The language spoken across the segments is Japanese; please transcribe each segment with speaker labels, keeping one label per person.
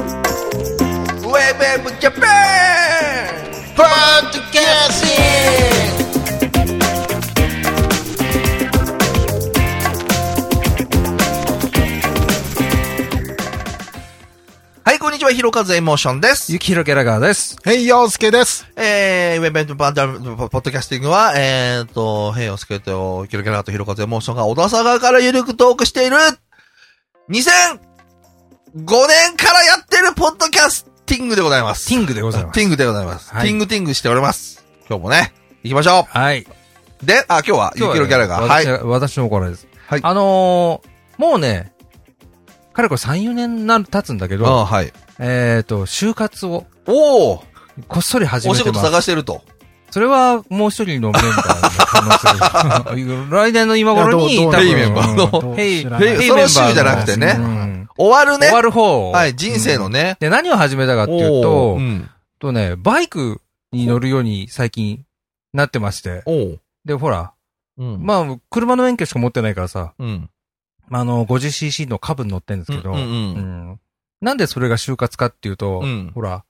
Speaker 1: ウェブウェブジャパンポッドキャスティングはい、こんにちは、ひろかずエモーションです。
Speaker 2: ゆきひろキャラガーです。
Speaker 3: ヘイヨウスケです。
Speaker 1: えー、ウェブエントパンダポッドキャスティングは、えーと、平洋介と、キロキャラと広風モーションが小田坂からゆるくトークしている、2005年からやってるポッドキャスティングでございます。
Speaker 2: ティングでご
Speaker 1: テ
Speaker 2: ざい
Speaker 1: ィング
Speaker 2: ます。
Speaker 1: でございます。
Speaker 2: はい
Speaker 1: ティングティングしております。今日もね、行きましょ
Speaker 2: はい。
Speaker 1: う。で、あ、今日は、ゆきろキャラが、はい。
Speaker 2: 私私のからです。
Speaker 1: はい
Speaker 2: あのー、もうね、かれこれ3、4年なる、経つんだけ
Speaker 1: あ
Speaker 2: ど、
Speaker 1: はい。
Speaker 2: えっと、就活を
Speaker 1: おー
Speaker 2: こっそり始
Speaker 1: お
Speaker 2: め
Speaker 1: 仕
Speaker 2: て
Speaker 1: 事
Speaker 2: ます。
Speaker 1: 探してると。
Speaker 2: それはもう一人のメンバーの可能性 来年の今頃に、
Speaker 3: どうどう
Speaker 2: 多
Speaker 1: ヘ
Speaker 2: 分
Speaker 1: イメンバーの
Speaker 2: うんヘイ、
Speaker 3: どう
Speaker 1: 知らな
Speaker 2: ヘイメンバ
Speaker 1: いその週
Speaker 2: ー
Speaker 1: じゃなくてね
Speaker 2: うん
Speaker 1: 終わるね。
Speaker 2: 終わる方を
Speaker 1: はい、人生のね。
Speaker 2: で、何を始めたかっていう
Speaker 1: おー
Speaker 2: と
Speaker 1: う、ん。
Speaker 2: とね、バイクに乗るように最近なってまして。
Speaker 1: おー
Speaker 2: で、ほら、
Speaker 1: うん
Speaker 2: まあ、車の免許しか持ってないからさ、
Speaker 1: うん。
Speaker 2: まあ、あの、50cc の株に乗ってるんですけど、
Speaker 1: うんうんうん
Speaker 2: うんなんでそれが就活かっていうと、
Speaker 1: うん
Speaker 2: ほら、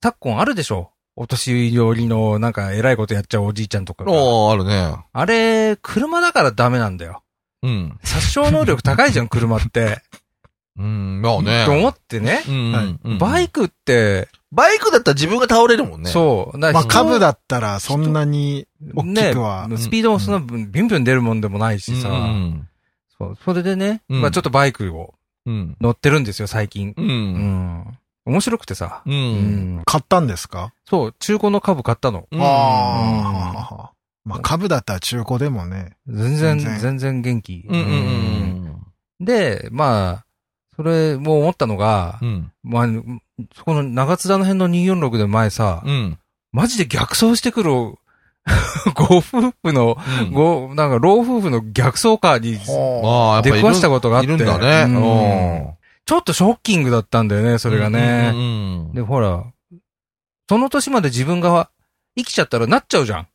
Speaker 2: 昨今あるでしょお年寄りの、なんか、偉いことやっちゃうおじいちゃんとかが。
Speaker 1: おーあるね。
Speaker 2: あれ、車だからダメなんだよ。
Speaker 1: うん。
Speaker 2: 殺傷能力高 いじゃん、車って。
Speaker 1: うん、まあね。
Speaker 2: と思ってね。バイ
Speaker 1: ク
Speaker 2: クって、
Speaker 1: バイクだったら自分が倒れるもんね。う。
Speaker 2: そう。だ
Speaker 3: まあ、
Speaker 2: 人の
Speaker 3: 株だったらそんなに大きくは。
Speaker 2: ね、スピードもそんなビュンビュン出るもんでもないしさ、
Speaker 1: うん。
Speaker 2: そうそれでね、
Speaker 1: うん
Speaker 2: まあちょっとバイクを
Speaker 1: うん。
Speaker 2: 乗ってるんですよ、最近。
Speaker 1: う。
Speaker 2: うんん。面白くてさ、
Speaker 1: う。
Speaker 2: うん
Speaker 3: 買ったんですか
Speaker 2: そう、中古の株買ったの。
Speaker 1: うん
Speaker 3: ああ。まあ、株だったら中古でもね。
Speaker 2: 全然、
Speaker 3: 全然
Speaker 2: 全然元気。
Speaker 1: うん。うん。
Speaker 2: で、まあ、それ、もう思ったのが
Speaker 1: う、ん。
Speaker 2: まあ、そこの長津田の辺の246で前さ、
Speaker 1: うん。
Speaker 2: マジで逆走してくる、 ご夫婦の、
Speaker 1: うん。
Speaker 2: ご、なんか老夫婦の逆走カーに
Speaker 1: ああ、やっぱ
Speaker 2: 出
Speaker 1: り
Speaker 2: くわしたことがあって。
Speaker 1: いるんだ
Speaker 2: うん
Speaker 1: ね。
Speaker 2: ちょっとショッキングだったんだよね、そ
Speaker 1: そ
Speaker 2: れが
Speaker 1: う
Speaker 2: ね。
Speaker 1: ん
Speaker 2: で、。ほら、その年まで自分が生きちゃったらなっちゃうじゃん。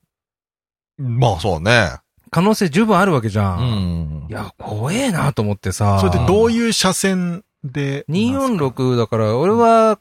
Speaker 1: まあそうね。
Speaker 2: 可能性十分あるわけじゃ。
Speaker 1: うんん
Speaker 2: い。や、怖えなと思ってさ。
Speaker 3: それでどういう車線で。
Speaker 2: 246だから、俺は、うん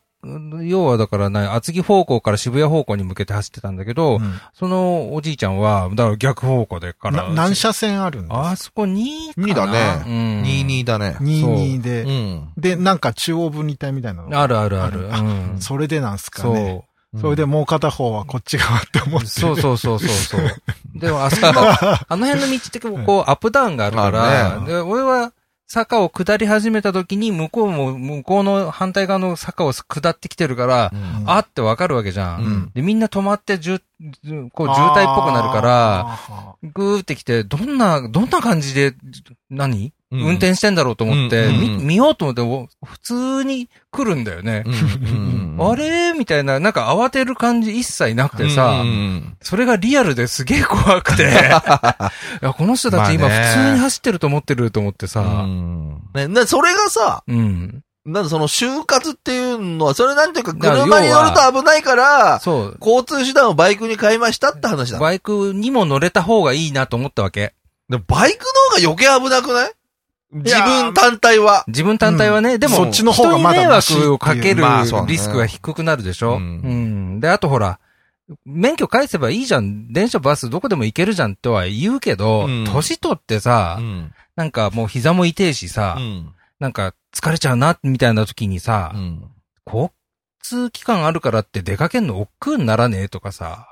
Speaker 2: 要はだからね、厚木方向から渋谷方向に向けて走ってたんだけど、
Speaker 3: うん
Speaker 2: そのおじいちゃんは、だから逆方向でから。
Speaker 3: な何車線あるんです
Speaker 2: あ
Speaker 3: か
Speaker 2: そこ2かな。
Speaker 1: 二だね
Speaker 2: うん。
Speaker 1: 22だね。
Speaker 3: ?22 で、
Speaker 1: うん。
Speaker 3: で、なんか中央分離帯みたいなの。
Speaker 2: あるあるある。
Speaker 3: あ
Speaker 2: うん
Speaker 3: それでなんすか
Speaker 2: そう。
Speaker 3: ね。それでもう片方はこっち側って思ってる。
Speaker 2: そうそうそうそうそう。でも、あそこが、あの辺の道ってこう、こうアップダウンがあるか
Speaker 1: あ
Speaker 2: ら、
Speaker 3: るね
Speaker 2: で俺は坂を下り始めた時に、向こうも、向こうの反対側の坂を下ってきてるから、
Speaker 1: うん。
Speaker 2: あってわかるわけじゃん。
Speaker 1: うん
Speaker 2: で、みんな止まって、じゅ、じゅこう、渋滞っぽくなるから、
Speaker 3: ら。
Speaker 2: ぐーってきて、どんな、どんな感じで、何、
Speaker 1: うん
Speaker 2: 運転してんだろうと思って、
Speaker 1: うんうん
Speaker 2: み見ようと思ってお、普通に来るんだよね。あれみたいな、なんか慌てる感じ一切なくてさ、それがリアルですげえ怖 くて。いや、この人たち今
Speaker 1: まあね
Speaker 2: 普通に走ってると思ってると思ってさ。
Speaker 1: ね、な、それがさ、
Speaker 2: うん。
Speaker 1: なんだその就活っていうのは、それなんていうか、
Speaker 2: だから
Speaker 1: 車に乗ると危ないから、
Speaker 2: そう。
Speaker 1: 交通手段をバイクに変えましたって話だ。
Speaker 2: バイクにも乗れた方がいいなと思ったわけ。
Speaker 1: でもバイクの方が余計危なくない自
Speaker 3: やー
Speaker 1: 分単体は。
Speaker 2: 自分単体はね、でも、
Speaker 3: そっちの方がまだマシ
Speaker 2: 人に迷惑をかける
Speaker 1: まあそうね
Speaker 2: リスクが低くなるでし
Speaker 1: う
Speaker 2: ょ、うんん、で、あとほら、免許返せばいいじゃん。電車、バス、どこでも行けるじゃんとは言うけど、
Speaker 1: うん
Speaker 2: 年取ってさ、
Speaker 1: ん。
Speaker 2: なんかもう膝も痛いしさ、
Speaker 1: ん。
Speaker 2: なんか疲れちゃうな、みたいな時にさ、
Speaker 1: うん
Speaker 2: 交通機関あるからって出かけんの億劫にならねえとかさ。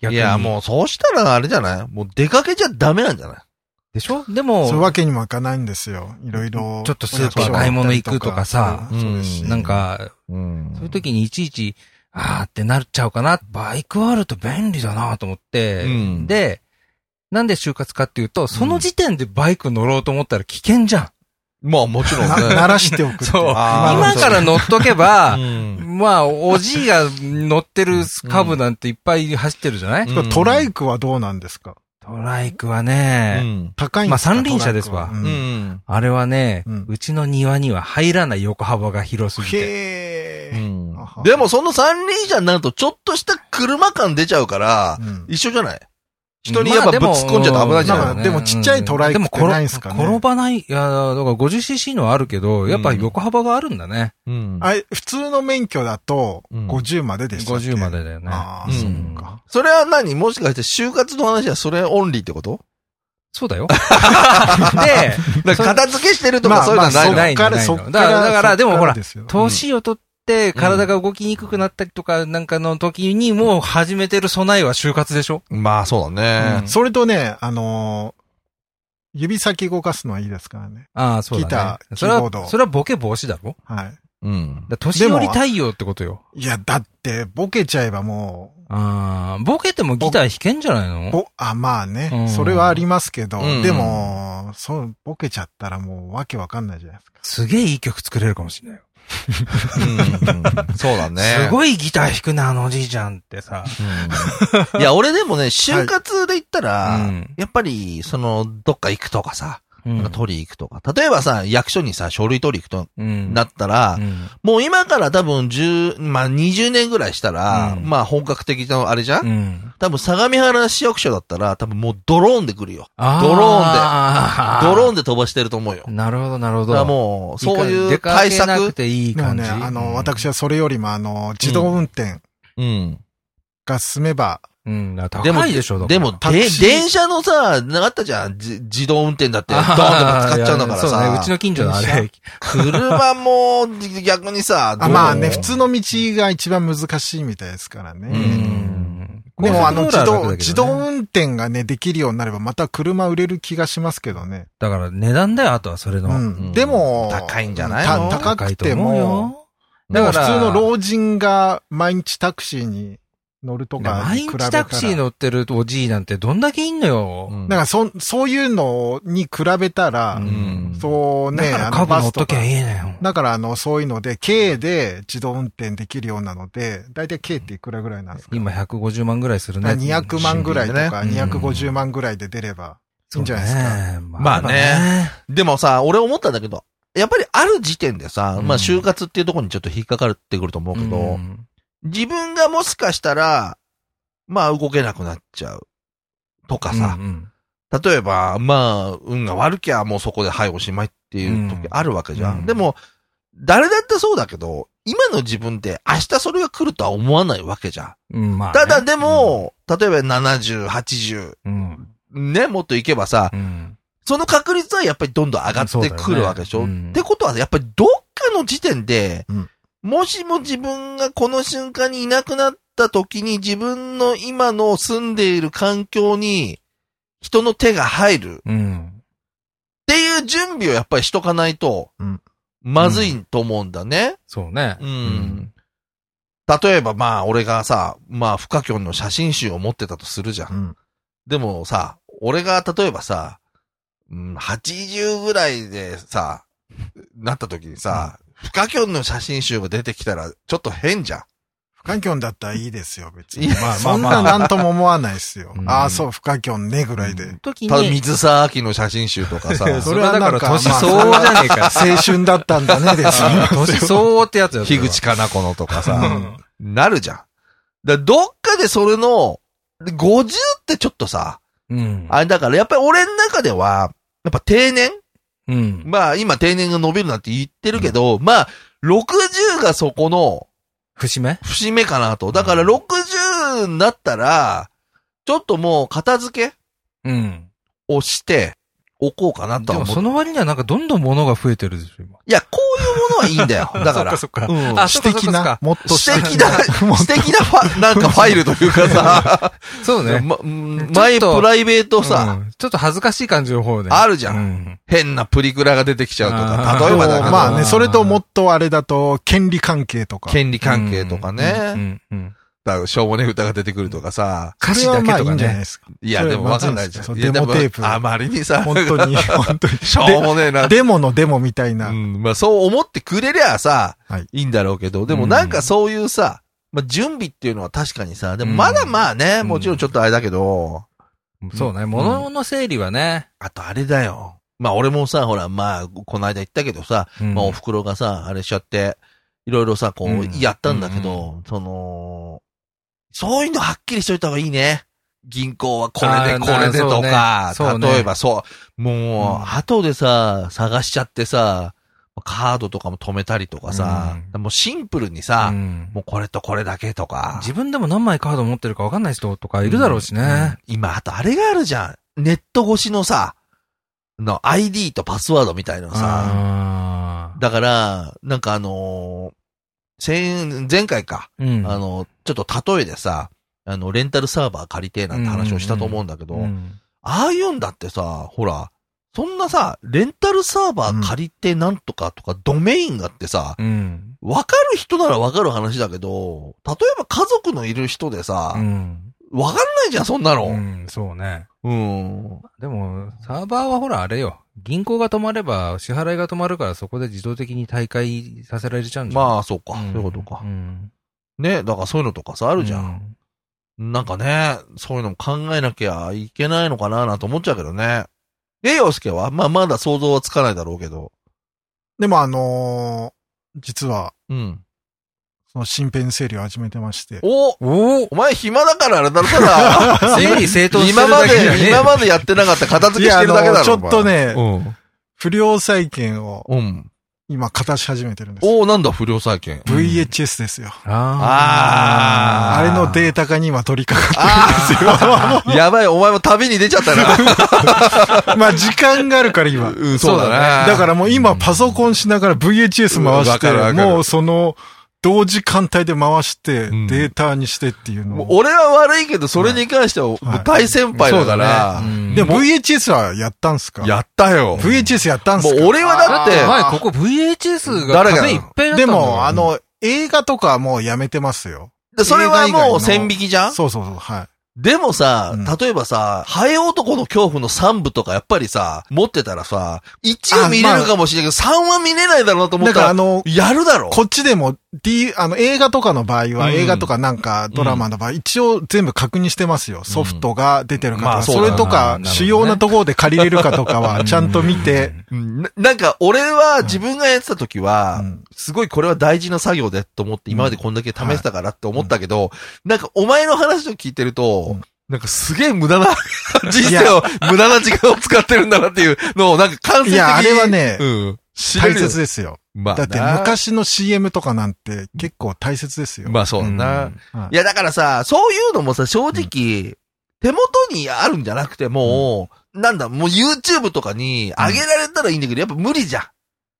Speaker 2: 逆
Speaker 1: い
Speaker 2: に
Speaker 1: や、もうそうしたらあれじゃないもう出かけちゃダメなんじゃない
Speaker 2: でしょでも
Speaker 3: そうい、うわけにもいかないんですよ。いろいろ。
Speaker 2: ちょっとスーパー買い物行くとかさ
Speaker 3: うんそうですし
Speaker 2: なん、か、
Speaker 1: うん
Speaker 2: そういう時にいちいち、あーってなっちゃうかな。バイクはあると便利だなと思って。
Speaker 1: うん
Speaker 2: で、なんで就活かっていうと、その時点でバイク乗ろうと思ったら危険じゃん。
Speaker 1: まあもちろんね
Speaker 3: な。鳴らしておくってい。
Speaker 2: そう
Speaker 1: あー
Speaker 2: 今から乗っとけば、
Speaker 1: うん
Speaker 2: まあ、おじいが乗ってるカブなんていっぱい走ってるじゃない、
Speaker 1: うん
Speaker 3: トライクはどうなんですか
Speaker 2: トライクは
Speaker 1: う
Speaker 2: ね、
Speaker 1: ん。
Speaker 3: 高いんですか
Speaker 2: まあ三輪車ですわ
Speaker 3: トライ
Speaker 1: う
Speaker 3: クはうん
Speaker 1: ん。
Speaker 2: あれはね、
Speaker 3: うん
Speaker 2: うちの庭には入らない横幅が広すぎて。
Speaker 3: へ
Speaker 1: う
Speaker 3: ー
Speaker 1: ん
Speaker 3: あは
Speaker 1: でもその三輪車になるとちょっとした車感出ちゃうから
Speaker 3: う、ん
Speaker 1: 一緒じゃない人にやっぱぶつ込んじゃって危ないじゃない
Speaker 3: まあでもちっちゃいトライ
Speaker 2: でも
Speaker 3: ってないんすかね
Speaker 2: 転ばない、いや、だから 50cc のはあるけど、やっぱ横幅があるんだね。
Speaker 1: うん
Speaker 3: あれ、普通の免許だと、
Speaker 1: うん
Speaker 3: 50まででしたっけ、
Speaker 2: 50までだよね。
Speaker 3: ああ、
Speaker 1: うん
Speaker 3: そうか。
Speaker 1: それは何もしかして就活の話はそれオンリーってこと
Speaker 2: そ うだよ。で、
Speaker 1: だから片付けしてるとかそういうのはないの、
Speaker 2: まあまあ
Speaker 3: そっから、そ
Speaker 2: ないのないの
Speaker 3: っ
Speaker 2: だ
Speaker 3: か
Speaker 2: から
Speaker 3: ら、
Speaker 2: だからでも
Speaker 3: そっ
Speaker 2: ほら
Speaker 3: かですよ
Speaker 2: 年を取って体が動きにくくなったりとかなんかの時にもう始めてる備えは就活でしょ
Speaker 1: まあそうだね。
Speaker 3: それとね、あのー指先動かすのはいいですからね。
Speaker 2: ああ、そうだね。
Speaker 3: ギター
Speaker 2: それ
Speaker 3: キーボード
Speaker 2: は、それはボケ防止だろ
Speaker 3: はい。
Speaker 1: うん。
Speaker 2: だ年寄り対応ってことよ。
Speaker 3: いや、だって、ボケちゃえばも、
Speaker 2: ああ、ボケてもギター弾けんじゃないうの
Speaker 3: ぼ、あ、まあね、
Speaker 2: うん
Speaker 3: それはありますけど、
Speaker 1: うん
Speaker 3: でも、そう、ボケちゃったらもうわけわかんないじゃないですか。
Speaker 2: すげえいい曲作れるかもしれないよ。
Speaker 1: うんそうだね。
Speaker 2: すごいギター弾くな、あのおじいちゃんってさ。
Speaker 1: うんいや、俺でもね、就活で言ったら、
Speaker 2: うん
Speaker 1: やっぱり、その、どっか行くとかさ、
Speaker 2: うん
Speaker 1: なんか取り行くとか。例えばさ、役所にさ、書類取り行くと
Speaker 2: うん
Speaker 1: なったら、
Speaker 2: うん
Speaker 1: もう今から多分10、まあ20年ぐらいしたら、
Speaker 2: うん
Speaker 1: まあ本格的なあれじゃん、
Speaker 2: うん。
Speaker 1: 多分相模原市役所だったら、多分もうドローンで来るよ。
Speaker 2: あ
Speaker 1: ドローンで
Speaker 2: ーン
Speaker 1: ドローンで飛ばしてると思うよ。
Speaker 2: なるほど、なるほ
Speaker 1: だから
Speaker 2: ど。
Speaker 1: もう、そうい
Speaker 2: 出
Speaker 1: う
Speaker 2: か
Speaker 1: 対
Speaker 2: けなく
Speaker 1: 策。
Speaker 2: ていい
Speaker 3: でも
Speaker 2: 感
Speaker 3: ね、
Speaker 2: じ。
Speaker 3: あの、
Speaker 2: うん
Speaker 3: 私はそれよりも、あの、自動運転
Speaker 1: うん。
Speaker 3: が進めば、
Speaker 2: うん、だから高いでしょ、だか
Speaker 1: で
Speaker 2: ら
Speaker 1: も、
Speaker 3: タク
Speaker 1: で
Speaker 3: シー
Speaker 1: 電車のさ、なかったじゃん。じ自動運転だって、ドーンとか使っちゃうんだから
Speaker 2: そうね、う
Speaker 1: さ
Speaker 2: ち。の近所のあれ。
Speaker 1: 車も、逆に さ、
Speaker 3: あまあ
Speaker 1: ど
Speaker 3: ね、
Speaker 1: う
Speaker 3: 普通の道が一番難しいみたいですからね。
Speaker 1: ん
Speaker 3: でもあの自動、自
Speaker 2: 自
Speaker 3: 動
Speaker 2: 動
Speaker 3: 運転がね、できるようになればまた車売れる気がしますけどね。
Speaker 2: だから値段だよ、あとはそれ
Speaker 3: う
Speaker 2: の。
Speaker 1: うん
Speaker 3: ん。でも、
Speaker 1: 高いんじゃない
Speaker 3: た
Speaker 1: の
Speaker 3: 高くて
Speaker 2: 高いと
Speaker 3: も、
Speaker 2: 思うよ。
Speaker 3: だ
Speaker 2: だ
Speaker 3: か
Speaker 2: からら、
Speaker 3: 普通の老人が毎日タクシーに乗るとかに
Speaker 2: 毎
Speaker 3: 比べた
Speaker 2: 日
Speaker 3: ら。
Speaker 2: タクシー乗ってるおじいなんてどんだけいんのよ。
Speaker 1: うん
Speaker 3: だからそ、そういうのに比べたら、
Speaker 1: ん
Speaker 3: そうね、
Speaker 2: だから
Speaker 3: あの
Speaker 2: 株
Speaker 3: バ
Speaker 2: 乗
Speaker 3: ス
Speaker 2: っ
Speaker 3: と
Speaker 2: とき
Speaker 3: か
Speaker 2: ゃ。いいのよ。
Speaker 3: だからあの、そういうので、軽で自動運転できるようなので、だいたい軽っていくらぐらいなんですか
Speaker 2: 今150万ぐらいするね。
Speaker 3: 200万ぐらいとか、
Speaker 1: 新品でね
Speaker 3: 250万ぐらいで出ればいいんじゃないですか。
Speaker 2: か。
Speaker 1: まあね。でもさ、俺思ったんだけど、やっぱりある時点でさ、
Speaker 2: うん
Speaker 1: まあ就活っていうところにちょっと引っかかってくると思う
Speaker 2: う
Speaker 1: け
Speaker 2: ん
Speaker 1: ど、自分がもしかしたら、まあ動けなくなっちゃう。とかさ、
Speaker 2: うんうん
Speaker 1: 例えば、まあ、運が悪きゃもうそこではいおしまいっていう時あるわけじゃん。
Speaker 2: うん
Speaker 1: でも、誰だってそうだけど、今の自分って明日それが来るとは思わないわけじゃん。
Speaker 2: うんまあね
Speaker 1: ただで、も、例えば70、80、
Speaker 2: うん
Speaker 1: ね、もっといけばさ、
Speaker 2: うん
Speaker 1: その確率はやっぱりどんどん上がってくるわけでしょ、
Speaker 2: そうだよねうん
Speaker 1: ってことは、やっぱりどっかの時点で、
Speaker 3: うん
Speaker 1: もしも自分がこの瞬間にいなくなった時に自分の今の住んでいる環境に人の手が入るっ
Speaker 2: うん。
Speaker 1: ていう準備をやっぱりしとかないと
Speaker 3: うん、
Speaker 1: まずいと思うんだね。
Speaker 2: そうね。
Speaker 1: うん。例えばまあ俺がさ、まあ不可教の写真集を持ってたとするじゃん。
Speaker 3: うん
Speaker 1: でもさ、俺が例えばさ、うん、80ぐらいでさ、なった時にさ、不可教の写真集が出てきたら、ちょっと変じゃん。
Speaker 3: 不可境だったらいいですよ、別
Speaker 1: い
Speaker 3: に。
Speaker 1: や
Speaker 3: まあ、
Speaker 2: ま
Speaker 3: そ
Speaker 2: あ
Speaker 3: ん
Speaker 2: まあ。
Speaker 3: ななんとも思わないですよ
Speaker 2: うん
Speaker 3: ああ、そう、不可境ね、ぐらいで。
Speaker 2: 時
Speaker 1: ただ、水沢明の写真集とかさ。
Speaker 2: それはだから年
Speaker 3: まあ
Speaker 2: 相応じゃね えかよ
Speaker 3: 青春だったんだね、ですよ。
Speaker 2: 年相応ってやつだよ。それ
Speaker 1: 樋
Speaker 2: は
Speaker 1: 口かな子のとか
Speaker 3: う
Speaker 1: さ、
Speaker 3: ん
Speaker 1: なるじゃん。だどっかでそれの、50ってちょっとさ、
Speaker 2: うん。
Speaker 1: あれだからやっぱり俺の中では、やっぱ定年
Speaker 2: うん。
Speaker 1: まあ今定年が伸びるなんて言ってるけど、まあ60がそこの、
Speaker 2: 節目
Speaker 1: 節目かなと。だから60になったら、ちょっともう片付け
Speaker 2: うん。
Speaker 1: をしておこうかなと
Speaker 2: で
Speaker 1: は
Speaker 2: も
Speaker 1: 思。
Speaker 2: そうの割にはなんかどんどん物が増えてるでしょ、今。
Speaker 1: いや、こういうものはいいんだよ。 だから。
Speaker 2: そっかそっか
Speaker 1: うん
Speaker 2: あ
Speaker 3: 素敵
Speaker 2: そっ
Speaker 3: な
Speaker 2: か、
Speaker 3: もっと
Speaker 1: 素敵な、素敵なフ ァ、なんかファイルというかさ、
Speaker 2: そうね。
Speaker 1: まうん
Speaker 2: ちょっと
Speaker 1: マイプライベートさ、
Speaker 2: うんちょっと恥ずかしい感じの方ね。
Speaker 1: あるじゃ。
Speaker 2: うんん。
Speaker 1: 変なプリクラが出てきちゃうと
Speaker 2: あ
Speaker 1: か、
Speaker 2: ー
Speaker 1: 例えばだけ
Speaker 2: な
Speaker 1: ど、
Speaker 3: まあね、それともっとあれだと、権利関係とか。
Speaker 1: 権利関係とか
Speaker 2: う
Speaker 1: ね、
Speaker 2: ん。うんうん
Speaker 1: だからしょうもねえ歌が出てくるとかさ、
Speaker 2: 歌詞
Speaker 3: それ
Speaker 2: だ
Speaker 3: はまあい
Speaker 2: けと
Speaker 3: い
Speaker 2: か
Speaker 3: んじゃない
Speaker 2: ね
Speaker 3: で。すか。
Speaker 1: いや、でもわかんないじゃ
Speaker 3: そ
Speaker 1: ん。
Speaker 3: う
Speaker 1: いやでも
Speaker 3: デモテープ
Speaker 1: あまりにさ、
Speaker 3: 本当に、 本当に。
Speaker 1: しょうもねえなって
Speaker 3: デモのデモみたいな。
Speaker 1: うん、まあそう思ってくれりゃさ、
Speaker 3: はい
Speaker 1: い、いんだろうけど、でもなんかそういうさ、まあ準備っていうのは確かにさ、でもまだまあね、
Speaker 2: うん
Speaker 1: もちろんちょっとあれだけど、
Speaker 2: そうね。物の整理はね。
Speaker 1: あとあれだよ。まあ俺もさ、ほら、まあ、この間言ったけどさ、
Speaker 2: うん
Speaker 1: まあお袋がさ、あれしちゃって、いろいろさ、こ
Speaker 2: うん
Speaker 1: う、やったんだけど、
Speaker 2: うん
Speaker 1: その、そういうのはっきりしといた方がいいね。銀行はこれでこれでと
Speaker 2: あ
Speaker 1: か
Speaker 2: ー、そうねそうね
Speaker 1: 例えばそう、もう、
Speaker 2: うん
Speaker 1: 後でさ、探しちゃってさ、カードとかも止めたりとかさ、もうシンプルにさ、
Speaker 2: うん
Speaker 1: もうこれとこれだけとか。
Speaker 2: 自分でも何枚カード持ってるか分かんない人とかいるだろうし
Speaker 1: うん
Speaker 2: ね。
Speaker 1: 今、あとあれがあるじゃん。ネット越しのさ、の ID とパスワードみたいなのさ。
Speaker 2: あ
Speaker 1: だから、なんかあのー先、前回か、
Speaker 2: ーうん。
Speaker 1: あの、ちょっと例えでさ、あの、レンタルサーバー借りてえなんて話をしたと思うんだけど、
Speaker 2: うん
Speaker 1: ああいうんだってさ、ほら、そんなさ、レンタルサーバー借りてなんとかとか、ドメインがあってさ、
Speaker 2: うん。
Speaker 1: わかる人ならわかる話だけど、例えば家族のいる人でさ
Speaker 2: う、ん。
Speaker 1: わかんないじゃん、そんな
Speaker 2: う
Speaker 1: の。
Speaker 2: ん、そうね。
Speaker 1: うん。
Speaker 2: でも、サーバーはほらあれよ。銀行が止まれば、支払いが止まるからそこで自動的に退会させられちゃうんじゃん。
Speaker 1: まあ、そうか。
Speaker 2: ん
Speaker 1: そういうことか
Speaker 2: う。ん。
Speaker 1: ね、だからそういうのとかさ、あ
Speaker 2: あ
Speaker 1: るじゃん。。なんかね、そういうのも考えなきゃいけないのかな、なんて思っちゃうけどね。え、洋介はまあ、まだ想像はつかないだろうけど。
Speaker 3: でもあのー実は、
Speaker 1: うん。
Speaker 3: その身辺整理を始めてまして。
Speaker 1: お
Speaker 2: おお
Speaker 1: お前暇だからあれだろ、ただ。
Speaker 2: 整理整頓して
Speaker 1: 今
Speaker 2: る
Speaker 1: ま
Speaker 2: だけじゃね
Speaker 1: で、
Speaker 2: え
Speaker 1: 今までやってなかった片付けしてるだけだろ。
Speaker 3: いやあのちょっとね
Speaker 1: お前
Speaker 3: 不良債権を
Speaker 1: うん。うん。
Speaker 3: 今、片し始めてるんですよ。
Speaker 1: おおなんだ、不良債権。
Speaker 2: ん
Speaker 3: VHS ですよ。
Speaker 1: あ
Speaker 2: あ
Speaker 1: ー
Speaker 3: あれのデータ化に今取り掛かってるんですよ。
Speaker 1: やばい、お前も旅に出ちゃったな。
Speaker 3: まあ、時間があるから今。
Speaker 1: うん、ね
Speaker 3: だからもう今、パソコンしながら VHS 回
Speaker 1: うんわ
Speaker 3: し
Speaker 1: かるわか
Speaker 3: て、
Speaker 1: る
Speaker 3: もうその、同時間帯で回して、デ
Speaker 1: ん
Speaker 3: ータにしてっていうの
Speaker 1: もう
Speaker 3: を。
Speaker 1: 俺は悪いけど、それに関しては、もう大先輩だから、
Speaker 2: うん
Speaker 3: でも VHS はやったんすか
Speaker 1: やったよ。
Speaker 3: ?VHS やったん
Speaker 1: も
Speaker 3: す
Speaker 1: う
Speaker 3: か
Speaker 1: 俺はだっ
Speaker 2: あ
Speaker 1: て、
Speaker 2: 前ここ VHS が
Speaker 1: 誰が
Speaker 2: 壁いっぱいだった
Speaker 3: で
Speaker 2: んだ
Speaker 3: も、あ、の、映画とかはもうやめてますよ。
Speaker 1: でそれはもう線引きじゃん
Speaker 3: そうそうそう、はい。
Speaker 1: でもさ
Speaker 3: うん、
Speaker 1: 例えばさ、ハエ男の恐怖の3部とかやっぱりさ、持ってたらさ、1は見れるかもしれないけど、3は見れないだろうなと思
Speaker 3: だ
Speaker 1: った
Speaker 3: からあ
Speaker 1: ら、
Speaker 3: の、
Speaker 1: やるだろ。
Speaker 3: こっちでも、D、あの、映画とかの場合は、
Speaker 1: うん
Speaker 3: 映画とかなんかドラマの場合、一応全部確認してますよ。ソフトが出てるかと
Speaker 1: ま
Speaker 3: か、
Speaker 1: あそう
Speaker 3: そ
Speaker 1: だ
Speaker 3: れ
Speaker 1: な
Speaker 3: と
Speaker 2: なる
Speaker 3: か
Speaker 2: ほ、どね
Speaker 3: 主要なところで借りれるかと かは、ちゃんと見て、
Speaker 1: うんななんか、俺は自分がやってた時は、
Speaker 3: うん
Speaker 1: すごいこれは大事な作業でと思って、今までこんだけ試してたからって思ったけど、なんかお前の話を聞いてると、
Speaker 3: うん
Speaker 1: なんかすげえ無駄な人生を、無駄な時間を使ってるんだなっていうのを、なんか感性的に。
Speaker 3: いやあれはね
Speaker 1: うん。知れ
Speaker 3: 大
Speaker 1: るよ
Speaker 3: 切ですよ。
Speaker 1: まあ
Speaker 3: だ
Speaker 1: な
Speaker 3: って昔の CM とかなんて結構大切ですよ。
Speaker 1: まあそうだな。
Speaker 2: うん
Speaker 3: はい
Speaker 1: いやだからさ、そういうのもさ、正直、手元にあるんじゃなくてもう、なんだ、もう YouTube とかに上げられたらいいんだけど、やっぱ無理じゃ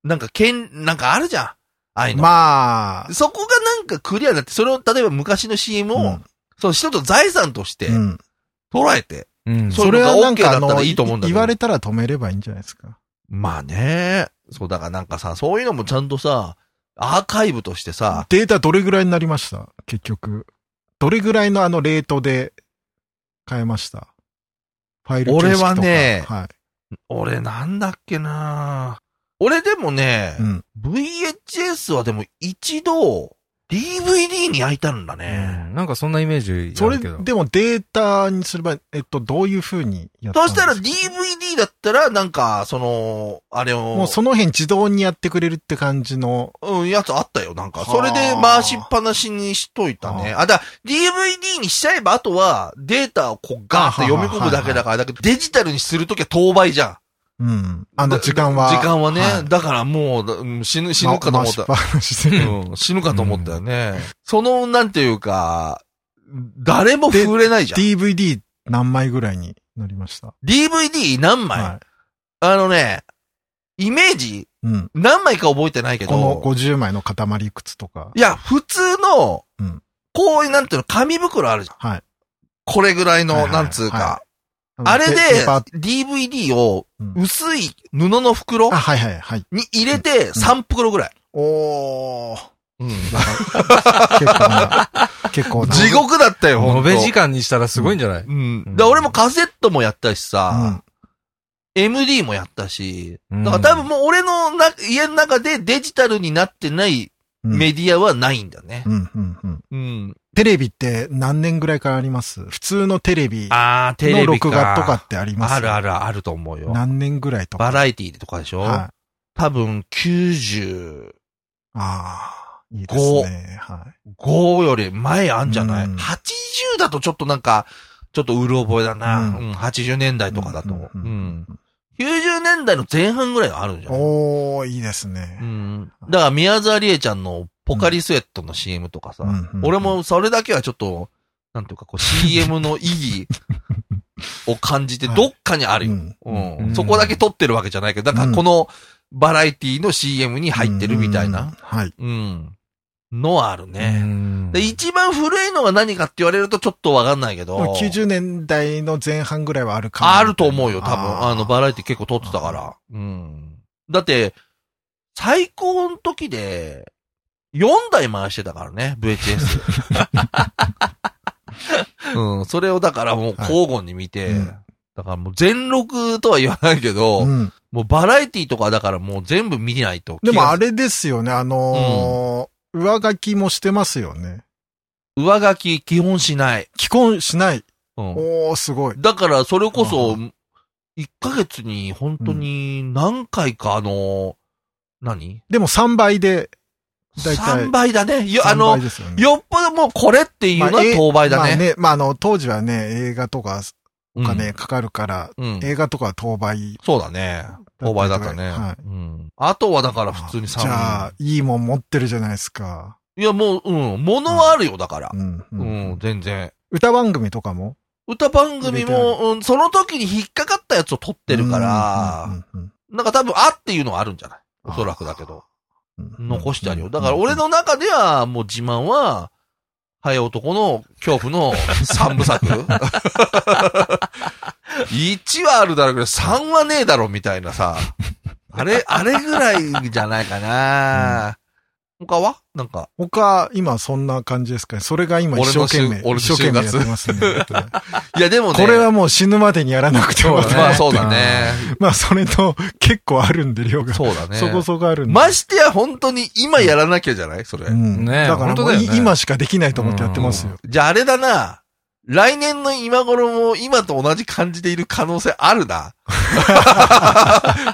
Speaker 1: ん。なんか、けん、なんかあるじゃん。ああいうの。
Speaker 3: まあ、
Speaker 1: そこがなんかクリアだって、それを、例えば昔の CM を、
Speaker 3: うん
Speaker 1: その一つの財産として
Speaker 3: うん
Speaker 1: 捉えて、
Speaker 2: うん
Speaker 1: そ
Speaker 3: それはなんかあ
Speaker 1: それが OK だった
Speaker 3: の、
Speaker 1: らいいと思うんだけど
Speaker 3: 言われたら止めればいいんじゃないですか。
Speaker 1: まあね、そうだからなんかさ、そういうのもちゃんとさ、アーカイブとしてさ、
Speaker 3: データどれぐらいになりました結局。どれぐらいのあのレートで変えましたファイル形式とか
Speaker 1: 俺はね
Speaker 3: は
Speaker 1: 俺なんだっけな俺でもね、
Speaker 3: い。うん。
Speaker 1: VHS はでも一度、DVD に焼いたんだね。
Speaker 2: なんかそんなイメージ
Speaker 3: そ
Speaker 2: あ
Speaker 3: れ、
Speaker 2: るけど。
Speaker 3: でもデータにすれば、えっと、どういう風にやったん
Speaker 1: そ
Speaker 3: です
Speaker 1: し
Speaker 3: か
Speaker 1: たら DVD だったら、なんか、その、あれを、
Speaker 3: もうその辺自動にやってくれるって感じの、
Speaker 1: うん、やつあったよ、なんか。
Speaker 3: はあ
Speaker 1: それで回しっぱなしにしといたね。あ、だから DVD にしちゃえば、あとはデータをこうガーって読み込むだけだから、だけどデジタルにするときは当倍じゃん。
Speaker 3: うん。あの時間は。
Speaker 1: 時間はね。
Speaker 3: い
Speaker 1: だからもうだうん、死ぬ、死ぬかと思った。
Speaker 3: まあまあ失敗してる
Speaker 1: うん、死ぬかと思ったよね。その、なんていうか、誰も触れないじゃん。
Speaker 3: DVD 何枚ぐらいになりました。
Speaker 1: DVD 何枚、
Speaker 3: は
Speaker 1: あのね、イメージ
Speaker 3: い。うん。
Speaker 1: 何枚か覚えてないけ
Speaker 3: こ
Speaker 1: ど、
Speaker 3: の50枚の塊いくつとか
Speaker 1: い。や、普通の、
Speaker 3: うん
Speaker 1: こういう、なんていうの、紙袋あるじゃん。
Speaker 3: はい。
Speaker 1: これぐらいの、
Speaker 3: はいはい
Speaker 1: なんつうか。
Speaker 3: は
Speaker 1: あれ
Speaker 3: の
Speaker 1: で
Speaker 3: ペペーパー、
Speaker 1: DVD を
Speaker 3: うん
Speaker 1: 薄い布の袋
Speaker 3: あ、はいはいはい。
Speaker 1: に入れて3袋ぐらい。おー。
Speaker 3: 結構な、結構な。
Speaker 1: 地獄だったよ、ほ
Speaker 2: 延
Speaker 1: んと
Speaker 2: べ時間にしたらすごいんじゃない
Speaker 1: うん。だ俺もカセットもやったしさ、MD もやったし、だから多分もう俺のな家の中でデジタルになってない
Speaker 3: うん、
Speaker 1: メディアはないんだね
Speaker 3: う。ん、うん、うん。
Speaker 1: うん。
Speaker 3: テレビって何年ぐらいからあります普通のテレビ
Speaker 1: あー、テレ
Speaker 3: の
Speaker 1: ビか。
Speaker 3: 録画とかってあります
Speaker 1: あるあるあると思うよ。
Speaker 3: 何年ぐらいとか。
Speaker 1: バラエティーとかでしょ、
Speaker 3: はい。
Speaker 1: 多分95
Speaker 3: ああ、いいですね。はい。
Speaker 1: より前あんじゃない、
Speaker 3: うん
Speaker 1: ?80 だとちょっとなんか、ちょっとうる覚えだな。う
Speaker 3: うん
Speaker 1: ん、80年代とかだと。
Speaker 3: うん
Speaker 1: う
Speaker 3: うんうん
Speaker 1: ん。90年代の前半ぐらいがあるんじゃない
Speaker 3: おー、いいです
Speaker 1: う
Speaker 3: ね。
Speaker 1: ん。だから宮沢りえちゃんのポカリスエットの CM とかさ、
Speaker 3: うんうん
Speaker 1: 俺もそれだけはちょっと、なんていうかこう CM の意義を感じて
Speaker 3: はい
Speaker 1: どっかにあるよ。
Speaker 3: ん
Speaker 1: うん
Speaker 2: うん
Speaker 1: そこだけ撮ってるわけじゃないけど、なんかこのバラエティの CM に入ってるみたい
Speaker 3: うんうん
Speaker 1: な、
Speaker 3: はい。
Speaker 1: うん、のはある
Speaker 2: う
Speaker 1: ね。
Speaker 2: ん
Speaker 1: で、一番古いのが何かって言われるとちょっとわかんないけ
Speaker 3: で
Speaker 1: ど。
Speaker 3: も90年代の前半ぐらいはあるかも
Speaker 1: あると思うよ、多分。あの、
Speaker 3: 場
Speaker 1: バラエティ結構撮ってたから。うん。だって、最高の時で、4台回してたからね、VHS。うん、それをだからもう交互に見て、
Speaker 3: はいうん
Speaker 1: だからもう全録とは言わないけど、
Speaker 3: うん。
Speaker 1: もうバラエティとかだからもう全部見ないと。
Speaker 3: でもあ
Speaker 1: れ
Speaker 3: れですよね、あのー上書きもしてますよね。
Speaker 1: 上書き基本しない。
Speaker 3: 既婚しない。
Speaker 1: うん。
Speaker 3: おー、すごい。
Speaker 1: だからそれこそ
Speaker 3: う、
Speaker 1: 1ヶ月に本当に何回かあの、何
Speaker 3: でも3倍で、大体
Speaker 1: 3倍だね。よ、あ
Speaker 3: 3
Speaker 1: の
Speaker 3: 倍、ですよね。
Speaker 1: よっぽどもうこれっていうのは
Speaker 3: え
Speaker 1: 当倍だ
Speaker 3: まあ
Speaker 1: ね。
Speaker 3: まあ、あの、当時はね、映画とか
Speaker 1: お
Speaker 3: お金。かかるから、
Speaker 1: うん。
Speaker 3: 映画とかは当倍。
Speaker 1: そうだね。当倍だったね。
Speaker 3: は
Speaker 1: うん。あとはだから普通に3
Speaker 3: じゃあ、いいもん持ってるじゃないですか。
Speaker 1: いやもう、うん。物はあるよ、だから
Speaker 3: う。ん。う
Speaker 1: うんん、全然。
Speaker 3: 歌番組とかも
Speaker 1: 歌番組も、うん、その時に引っかかったやつを撮ってるから、
Speaker 3: うんうん
Speaker 1: なんか多分、あっていうのはあるんじゃないおそらくだけど。
Speaker 3: うんうん
Speaker 1: 残してあるよ。だから俺の中では、もう自慢は、ハエ男の恐怖 の三部作一はあるだろうけど、三はねえだろ、みたいなさ。あれ、あれぐらいじゃないかな。他はなんか、
Speaker 3: 他、今そんな感じですかね。それが今一
Speaker 1: 俺
Speaker 3: 生
Speaker 1: の
Speaker 3: 懸命、
Speaker 1: 俺の
Speaker 3: 一生懸命やってますね。
Speaker 1: いやでもね。
Speaker 3: これはもう死ぬまでにやらなくても
Speaker 2: そうだね
Speaker 1: まあそうだね。
Speaker 3: まあそれと結構あるんで量が。
Speaker 1: そうだね。
Speaker 3: そこそこあるんで。
Speaker 1: ましてや本当に今やらなきゃじゃないそれ
Speaker 3: う。ん
Speaker 2: ねえ
Speaker 3: だからも
Speaker 2: 本当
Speaker 3: う
Speaker 2: だよ
Speaker 3: い
Speaker 2: ね
Speaker 3: 今しかできないと思ってやってますよ。
Speaker 1: じゃああれだな。来年の今頃も今と同じ感じでいる可能性あるな。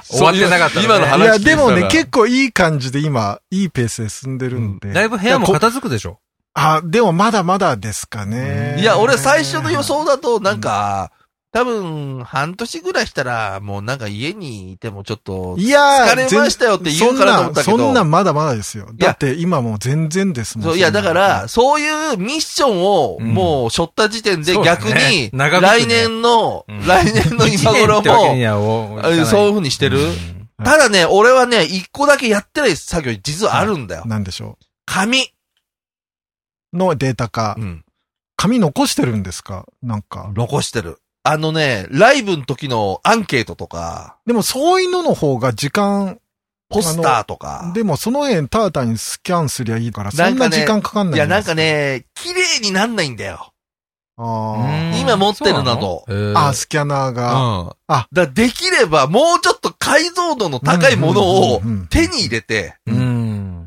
Speaker 2: 終わってなかったらね
Speaker 1: 今の
Speaker 2: うん
Speaker 1: 話
Speaker 3: いや、で
Speaker 1: 聞
Speaker 3: も
Speaker 1: いてた
Speaker 3: ね、
Speaker 1: ら
Speaker 3: 結構いい感じで今、いいペースで進んでるんで。
Speaker 2: だいぶ部屋も片付くでしょ。
Speaker 3: あ、でもまだまだですかね。
Speaker 1: いや、俺最初の予想だと、なんか、多分、半年ぐらいしたら、もうなんか家にいてもちょっと、
Speaker 3: いやー
Speaker 1: 疲れましたよって言うからと思ったけど
Speaker 3: そんな、そんなまだまだですよ。だって今もう全然ですもん。
Speaker 1: そういや、だから、、そういうミッションを、
Speaker 2: うん
Speaker 1: もう、しょった時点で
Speaker 2: そうだね
Speaker 1: 逆に、
Speaker 2: 長引くね
Speaker 1: 来年の、
Speaker 2: うん
Speaker 1: 来年の今頃
Speaker 2: 一年ってわけに
Speaker 1: も、
Speaker 2: はおいかない
Speaker 1: あそういう風にしてる
Speaker 2: うん
Speaker 1: ただね、俺はね、一個だけやってない作業、実はあるんだよ。
Speaker 3: なんでしょ
Speaker 1: 紙。
Speaker 3: う。のデータ化。
Speaker 1: ん。
Speaker 3: 紙残してるんですかなんか。
Speaker 1: 残してる。あのね、ライブの時のアンケートとか、
Speaker 3: でもそういうのの方が時間、
Speaker 1: ポスターとか。
Speaker 3: でもその辺ただ単にスキャンすりゃいいから、そ
Speaker 1: なん
Speaker 3: ん
Speaker 1: か
Speaker 3: な
Speaker 1: ね
Speaker 3: 時間かかんない
Speaker 1: いや、なん
Speaker 3: か、
Speaker 1: かね、綺麗になんないんだよ。
Speaker 3: あー
Speaker 1: 今持ってるなと
Speaker 2: そうなの
Speaker 3: あー、スキャナーが。
Speaker 1: うん。
Speaker 3: あ
Speaker 1: だできれば、もうちょっと解像度の高いものを
Speaker 3: うんうんうんうん
Speaker 1: 手に入れて、
Speaker 2: えー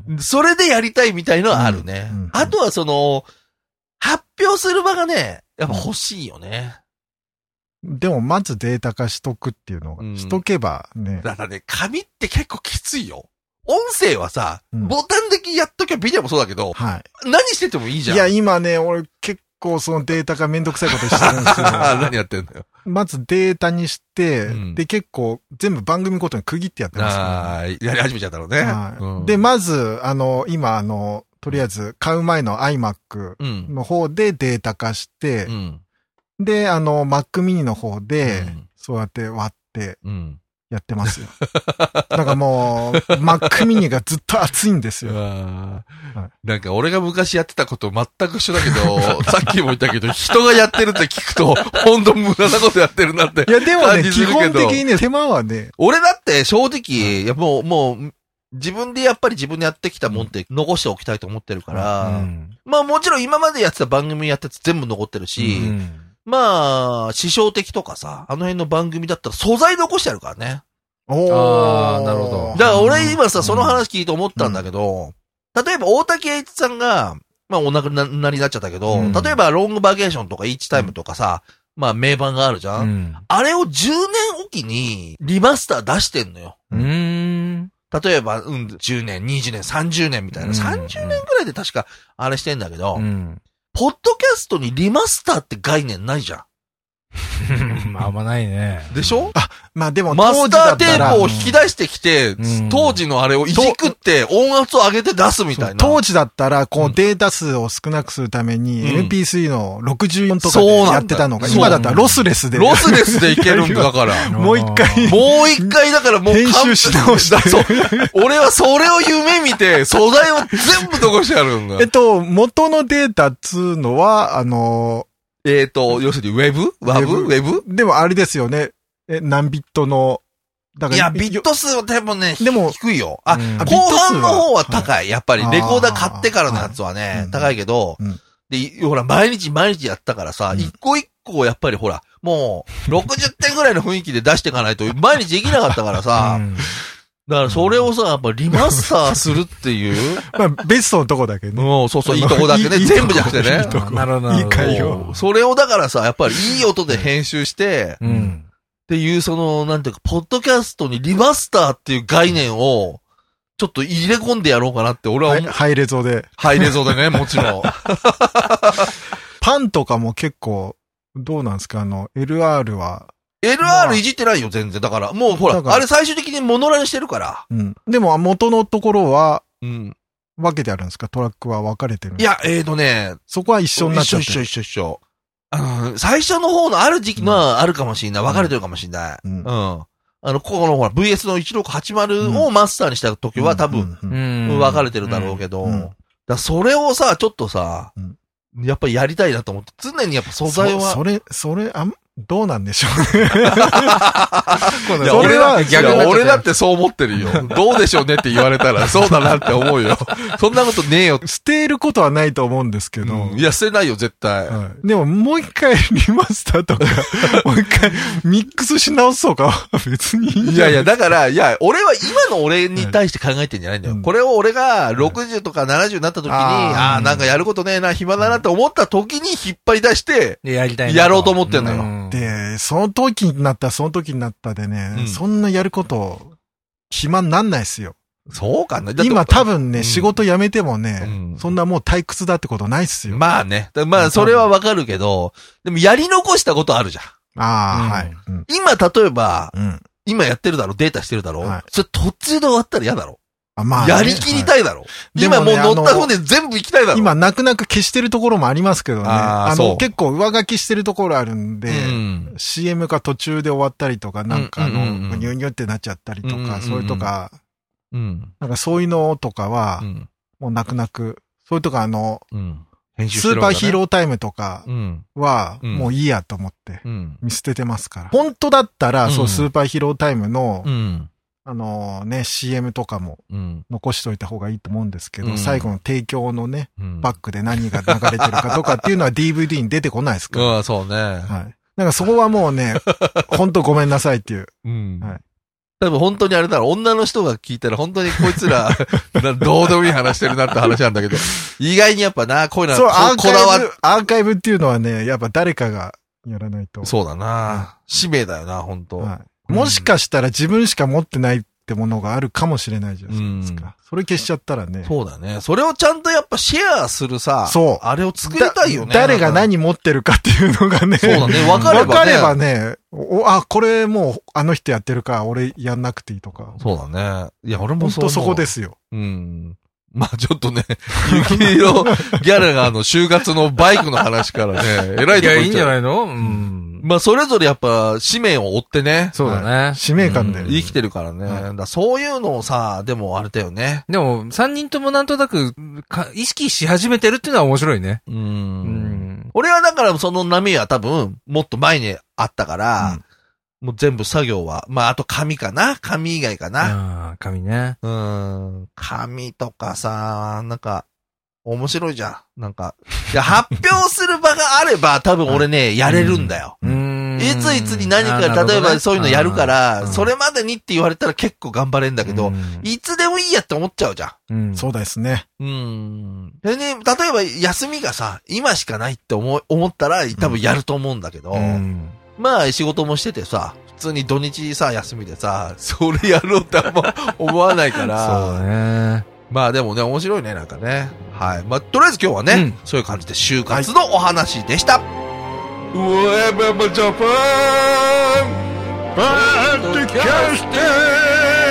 Speaker 2: うん。
Speaker 1: それでやりたいみたいのはあるね
Speaker 3: うんうんうん。
Speaker 1: あとはその、発表する場がね、やっぱ欲しいよね。
Speaker 3: でもまずデータ化しとくっていうのが、
Speaker 1: うん
Speaker 3: しとけばね。
Speaker 1: だからね、紙って結構きついよ。音声はさ、
Speaker 3: うん
Speaker 1: ボタン的にやっときゃビデオもそうだけど、
Speaker 3: はい。
Speaker 1: 何しててもいいじゃん。
Speaker 3: いや、今ね、俺結構そのデータがめんどくさいことしてるんで すよ。
Speaker 1: 何やってんだよ。
Speaker 3: まずデータにして、
Speaker 1: うん
Speaker 3: で、結構全部番組ごとに区切ってやってますか
Speaker 1: あーやり始めちゃったのね
Speaker 3: らね、はい
Speaker 1: うん
Speaker 3: で、まず、あの、今、あの、とりあえず買う前の iMac
Speaker 1: うん。
Speaker 3: の方でデータ化して
Speaker 1: う、ん。
Speaker 3: で、あの、Mac mini の方で、
Speaker 1: うん
Speaker 3: そうやって割って
Speaker 1: うん。
Speaker 3: やってま すよ。なんかもう、Mac mini がずっと熱いんですよ。
Speaker 1: あー
Speaker 3: はい
Speaker 1: なんか俺が昔やってたこと全く一緒だけど、 さっきも言ったけど、人がやってるって聞くと、ほんと無駄なことやってるなって
Speaker 3: い。や、でも
Speaker 1: 感
Speaker 3: ね、
Speaker 1: じす
Speaker 3: 基
Speaker 1: るけ
Speaker 3: 本
Speaker 1: ど
Speaker 3: 的にね、手間はね、
Speaker 1: 俺だって正直、いやもう、もう、自分でやっぱり自分でやってきたもんって残しておきたいと思ってるから、
Speaker 2: うん
Speaker 1: まあもちろん今までやってた番組やったやつ全部残ってるし、まあ、師匠的とかさ、あの辺の番組だったら素材残してあるからね。
Speaker 3: お
Speaker 2: あーなるほど
Speaker 1: だから俺今さ、その
Speaker 3: 話
Speaker 1: 話聞いて思ったんだけど、例えば大竹栄一さんが、まあお亡くなりになっちゃったけど、
Speaker 2: うん
Speaker 1: 例えばロングバケーションとかイーチタイムとかさ、まあ名盤があるじゃん、
Speaker 2: うん
Speaker 1: あれを10年おきにリマスター出してんのよ。
Speaker 2: うん。
Speaker 1: 例えば、うん、10年、20年、30年みたいな。
Speaker 2: うん
Speaker 1: 30年くらいで確かあれしてんだけど、
Speaker 2: うん。
Speaker 1: ポッドキャストにリマスターって概念ないじゃん。
Speaker 2: まああんまないね。
Speaker 1: でしょ
Speaker 3: まあでも
Speaker 1: マ
Speaker 3: 当
Speaker 1: ス
Speaker 3: 時だ
Speaker 1: ター
Speaker 3: っ
Speaker 1: テ
Speaker 3: たら
Speaker 1: ープを引き出してきて
Speaker 2: うん、
Speaker 1: 当時のあれをいじくって音圧を上げて出すみたいな。
Speaker 3: 当
Speaker 1: 時
Speaker 3: 時だったら、こうデータ数を少なくするために、
Speaker 1: うん
Speaker 3: MP3 の64とか
Speaker 1: そう
Speaker 3: で
Speaker 1: なんだ
Speaker 3: やってたのが、
Speaker 1: そう
Speaker 3: 今だったらロスレスで。
Speaker 1: ロスレスでいけるんだ から。
Speaker 3: もう一回
Speaker 1: もう一回だからもう完
Speaker 3: 編集し直して
Speaker 1: だ そう。俺はそれを夢見て、素材を全部残してやるんだ
Speaker 3: えっ。と、元のデータっつうのは、あの
Speaker 1: えっと、要するにウェブワブウ
Speaker 3: ウ
Speaker 1: ェブ
Speaker 3: ー、でもあれですよね。え、何ビットの、だ
Speaker 1: いや、ビッ
Speaker 3: よ
Speaker 1: ト数はでもね、
Speaker 3: でも
Speaker 1: 低いよ。あ、
Speaker 2: う
Speaker 1: 後
Speaker 2: ん
Speaker 3: あビット数は
Speaker 1: 半の方は高い。やっぱり、
Speaker 3: はい
Speaker 1: レコーダー買ってからのやつは
Speaker 3: あーは
Speaker 1: ね
Speaker 3: い、
Speaker 1: 高いけど
Speaker 3: うん、
Speaker 1: で、ほら、毎日毎日やったからさ、
Speaker 3: うん
Speaker 1: 一個一個やっぱりほら、もう、60点ぐらいの雰囲気で出していかないと、毎日できなかったから
Speaker 2: あ
Speaker 1: さ、 だからそれをさ、やっぱリマスターするって いう、
Speaker 3: まあ、ベストのとこだけどね。
Speaker 1: もう、そうそう、
Speaker 3: あ
Speaker 1: いい
Speaker 3: の
Speaker 1: とこだけね、
Speaker 3: いいいい
Speaker 1: 全部じゃなくて
Speaker 3: い
Speaker 1: ね
Speaker 3: い。とこ
Speaker 2: なるほどなるほど。
Speaker 3: いい回よ
Speaker 1: それをだからさ、やっぱりいい音で編集して、
Speaker 2: う
Speaker 1: っ
Speaker 2: ん。
Speaker 1: ていうその、なんていうか、ポッドキャストにリマスターっていう概念を、ちょっと入れ込んでやろうかなって、俺は
Speaker 3: は
Speaker 1: 思、
Speaker 3: いうハイレゾで。
Speaker 1: ハイレゾで ね、もちろん。
Speaker 3: パンとかも結構、どうなんですかあの、LR は。
Speaker 1: LR いじってないよ、全然。だから、もうほら
Speaker 3: だ、から
Speaker 1: あれ最終的にモノラルしてるから。
Speaker 3: うん。でも、元のところは、
Speaker 1: うん。
Speaker 3: 分けてあるんですかトラックは分かれてるん
Speaker 1: い
Speaker 3: ですか
Speaker 1: や、えーとね、
Speaker 3: そこは一緒になっちゃって
Speaker 1: 一緒
Speaker 3: る。
Speaker 1: 一緒一緒一緒。うん最初の方のある時期のはあるかもしれない。分かれてるかもしれない。
Speaker 3: う
Speaker 1: う
Speaker 3: ん
Speaker 1: ん。あの、ここのほら、VS の1680をマスターにした時は多分、
Speaker 3: うん、
Speaker 2: うん。
Speaker 1: 分かれてるだろうけど、
Speaker 3: うん
Speaker 1: だからそれをさ、ちょっとさ、
Speaker 3: うん
Speaker 1: やっぱりやりたいなと思って、常にやっぱ素材
Speaker 3: そ
Speaker 1: は、
Speaker 3: それ、それ、あん、どうなんでしょうね。
Speaker 1: いや
Speaker 3: それ
Speaker 1: 俺だっ
Speaker 3: は
Speaker 1: て逆になっちゃったよいや俺だってそう思って るよ。どうでしょうねって言われたら、そうだなって思う よ。そんなことねえよ。
Speaker 3: 捨てることはないと思うんですけど。
Speaker 1: うん、いや、捨てないよ、絶対。
Speaker 3: はいでももう一回リマスターとか、もう一回ミックスし直そうかは別にいいん
Speaker 1: い
Speaker 3: じ
Speaker 1: や
Speaker 3: ゃない
Speaker 1: いや、だから、いや、俺は今の俺に対して考えてんじゃないんだよ。
Speaker 3: うん
Speaker 1: これを俺が60とか70になった時に、あ
Speaker 3: あー
Speaker 1: あー、なんかやることねえな、暇だなって思った時に引っ張り出して、
Speaker 2: で、やりたいな
Speaker 1: やろうと思ってんのよ
Speaker 2: うん
Speaker 3: で、その時になったらその時になったでね、
Speaker 1: うん
Speaker 3: そんなやること、暇になんないっすよ。
Speaker 1: そうかな。だって
Speaker 3: 今多分ね、
Speaker 1: うん
Speaker 3: 仕事辞めてもね、
Speaker 1: うん
Speaker 3: そんなもう退屈だってことないっすよ。
Speaker 1: まあね。だまあ、それはわかるけど、でもやり残したことあるじゃん。
Speaker 3: ああ、
Speaker 2: うん
Speaker 3: はい。うん。
Speaker 1: 今、例えば、
Speaker 3: うん。
Speaker 1: 今やってるだろ、データしてるだろ、
Speaker 3: はい
Speaker 1: それ途中で終わったら嫌だろ。
Speaker 3: あまあね、
Speaker 1: やりきり
Speaker 3: は
Speaker 1: たいだろ。
Speaker 3: いで
Speaker 1: 今
Speaker 3: ね
Speaker 1: もう乗った
Speaker 3: あの
Speaker 1: 船全部行きたいだろ。
Speaker 3: 今、泣く泣く消してるところもありますけどね。
Speaker 1: あー
Speaker 3: あ
Speaker 1: そう
Speaker 3: の、結構上書きしてるところあるんで、
Speaker 1: うん。
Speaker 3: CM が途中で終わったりとか、なんかあ
Speaker 1: うんうんうんう
Speaker 3: の、
Speaker 1: ん
Speaker 3: ニューニューってなっちゃったりと
Speaker 1: うんうんうんう
Speaker 3: か、
Speaker 1: ん
Speaker 3: そういうとか、
Speaker 1: うん。
Speaker 3: なんかそういうのとかは
Speaker 1: う、ん。
Speaker 3: もう泣く泣く、そういうとかあの、
Speaker 1: うん。編
Speaker 3: スーパーヒー
Speaker 1: ー。
Speaker 3: ロータイムとか
Speaker 1: うん。
Speaker 3: は、
Speaker 1: うん
Speaker 3: もういいやと思って、
Speaker 1: うん。
Speaker 3: 見捨ててますから。本当だった
Speaker 1: う
Speaker 3: ら、
Speaker 1: ん
Speaker 3: そう、スーパーヒーロータイムの
Speaker 1: う、ん。
Speaker 3: あのね、CM とかも
Speaker 1: うん。
Speaker 3: 残しといた方がいいと思うんですけ
Speaker 1: うん
Speaker 3: ど、最後の提供のね、
Speaker 1: うん。
Speaker 3: バックで何が流れてるかとかっていうのは DVD に出てこないですから。
Speaker 1: うん、そうね。
Speaker 3: はい。なんかそこはもう ね、本当ごめんなさいっていう。
Speaker 1: うん。
Speaker 3: はい
Speaker 1: 多分本当にあれだろ、女の人が聞いたら本当にこいつ ら、などうでもいい話してるなって話なんだけど、意外にやっぱな、こういうの
Speaker 3: そう、ア
Speaker 1: は
Speaker 3: ー
Speaker 1: ここだわ
Speaker 3: カイブ、アーカイブっていうのはね、やっぱ誰かがやらないと。
Speaker 1: そうだな。使命だよな、本当、
Speaker 3: はい。
Speaker 1: うん
Speaker 3: もしかしたら自分しか持ってないってものがあるかもしれないじゃないですか。それ消しちゃったらね。
Speaker 1: そうだね。それをちゃんとやっぱシェアするさ、
Speaker 3: そう
Speaker 1: あれを作りたいよね。
Speaker 3: だ誰が何持ってるかっていうのがね。
Speaker 1: そうだね、わかれ
Speaker 3: 分
Speaker 1: ばね。
Speaker 3: かればね、お、あ、これもうあの人やってるから俺やんなくていいとか。
Speaker 1: そうだね。いや、俺も
Speaker 3: 本
Speaker 1: そう
Speaker 3: 当
Speaker 1: 思う。。
Speaker 3: そこですすよ。
Speaker 1: うん。まあちょっとね、雪色ギャラがあの、就活のバイクの話から ね、えらい
Speaker 2: い
Speaker 1: とこ行っちゃ
Speaker 2: や、
Speaker 1: う
Speaker 2: いいんじゃないのうん。
Speaker 1: まあ、それぞれやっぱ、使命を追ってね。
Speaker 2: そうだね。
Speaker 3: 使命感で。
Speaker 2: うん
Speaker 1: 生きてるからね。
Speaker 3: はい
Speaker 1: だからそういうのをさ、でもあれだよね。
Speaker 2: でも、三人ともなんとなく、か意識し始めてるっていうのは面白いね。
Speaker 1: うん
Speaker 2: うん。
Speaker 1: 俺はだからその波は多分、もっと前にあったから、もう全部作業は。まあ、あと紙かな紙以外かな。
Speaker 2: ああ、髪ね。
Speaker 1: うん。紙とかさ、なんか、面白いじゃん。なんか。いや、発表する場があれば、多分俺ね、やれるんだよ。
Speaker 2: うん。
Speaker 1: いついつに何
Speaker 2: あーなる
Speaker 1: か、
Speaker 2: ほど
Speaker 1: 例え
Speaker 2: ね
Speaker 1: ばそういうのやるか
Speaker 2: う
Speaker 1: ら、
Speaker 2: ん
Speaker 1: それまでにって言われたら結構頑張れんだけど、いつでもいいやって思っちゃうじゃん。
Speaker 2: うん。
Speaker 3: そうですね。
Speaker 1: うーん。でね、例えば休みがさ、今しかないって思い、思ったら多分やると思うんだけど、
Speaker 2: うん。
Speaker 1: まあ仕事もしててさ、普通に土日さ、休みでさ、それやろうってあんま 思わないか
Speaker 2: そう
Speaker 1: ら、
Speaker 2: ね。
Speaker 1: まあでもね、面白いね、なんかね。はい。まあとりあえず今日はね、
Speaker 2: うん
Speaker 1: そういう感じで就活のお話でした。
Speaker 2: Whatever Japan Podcast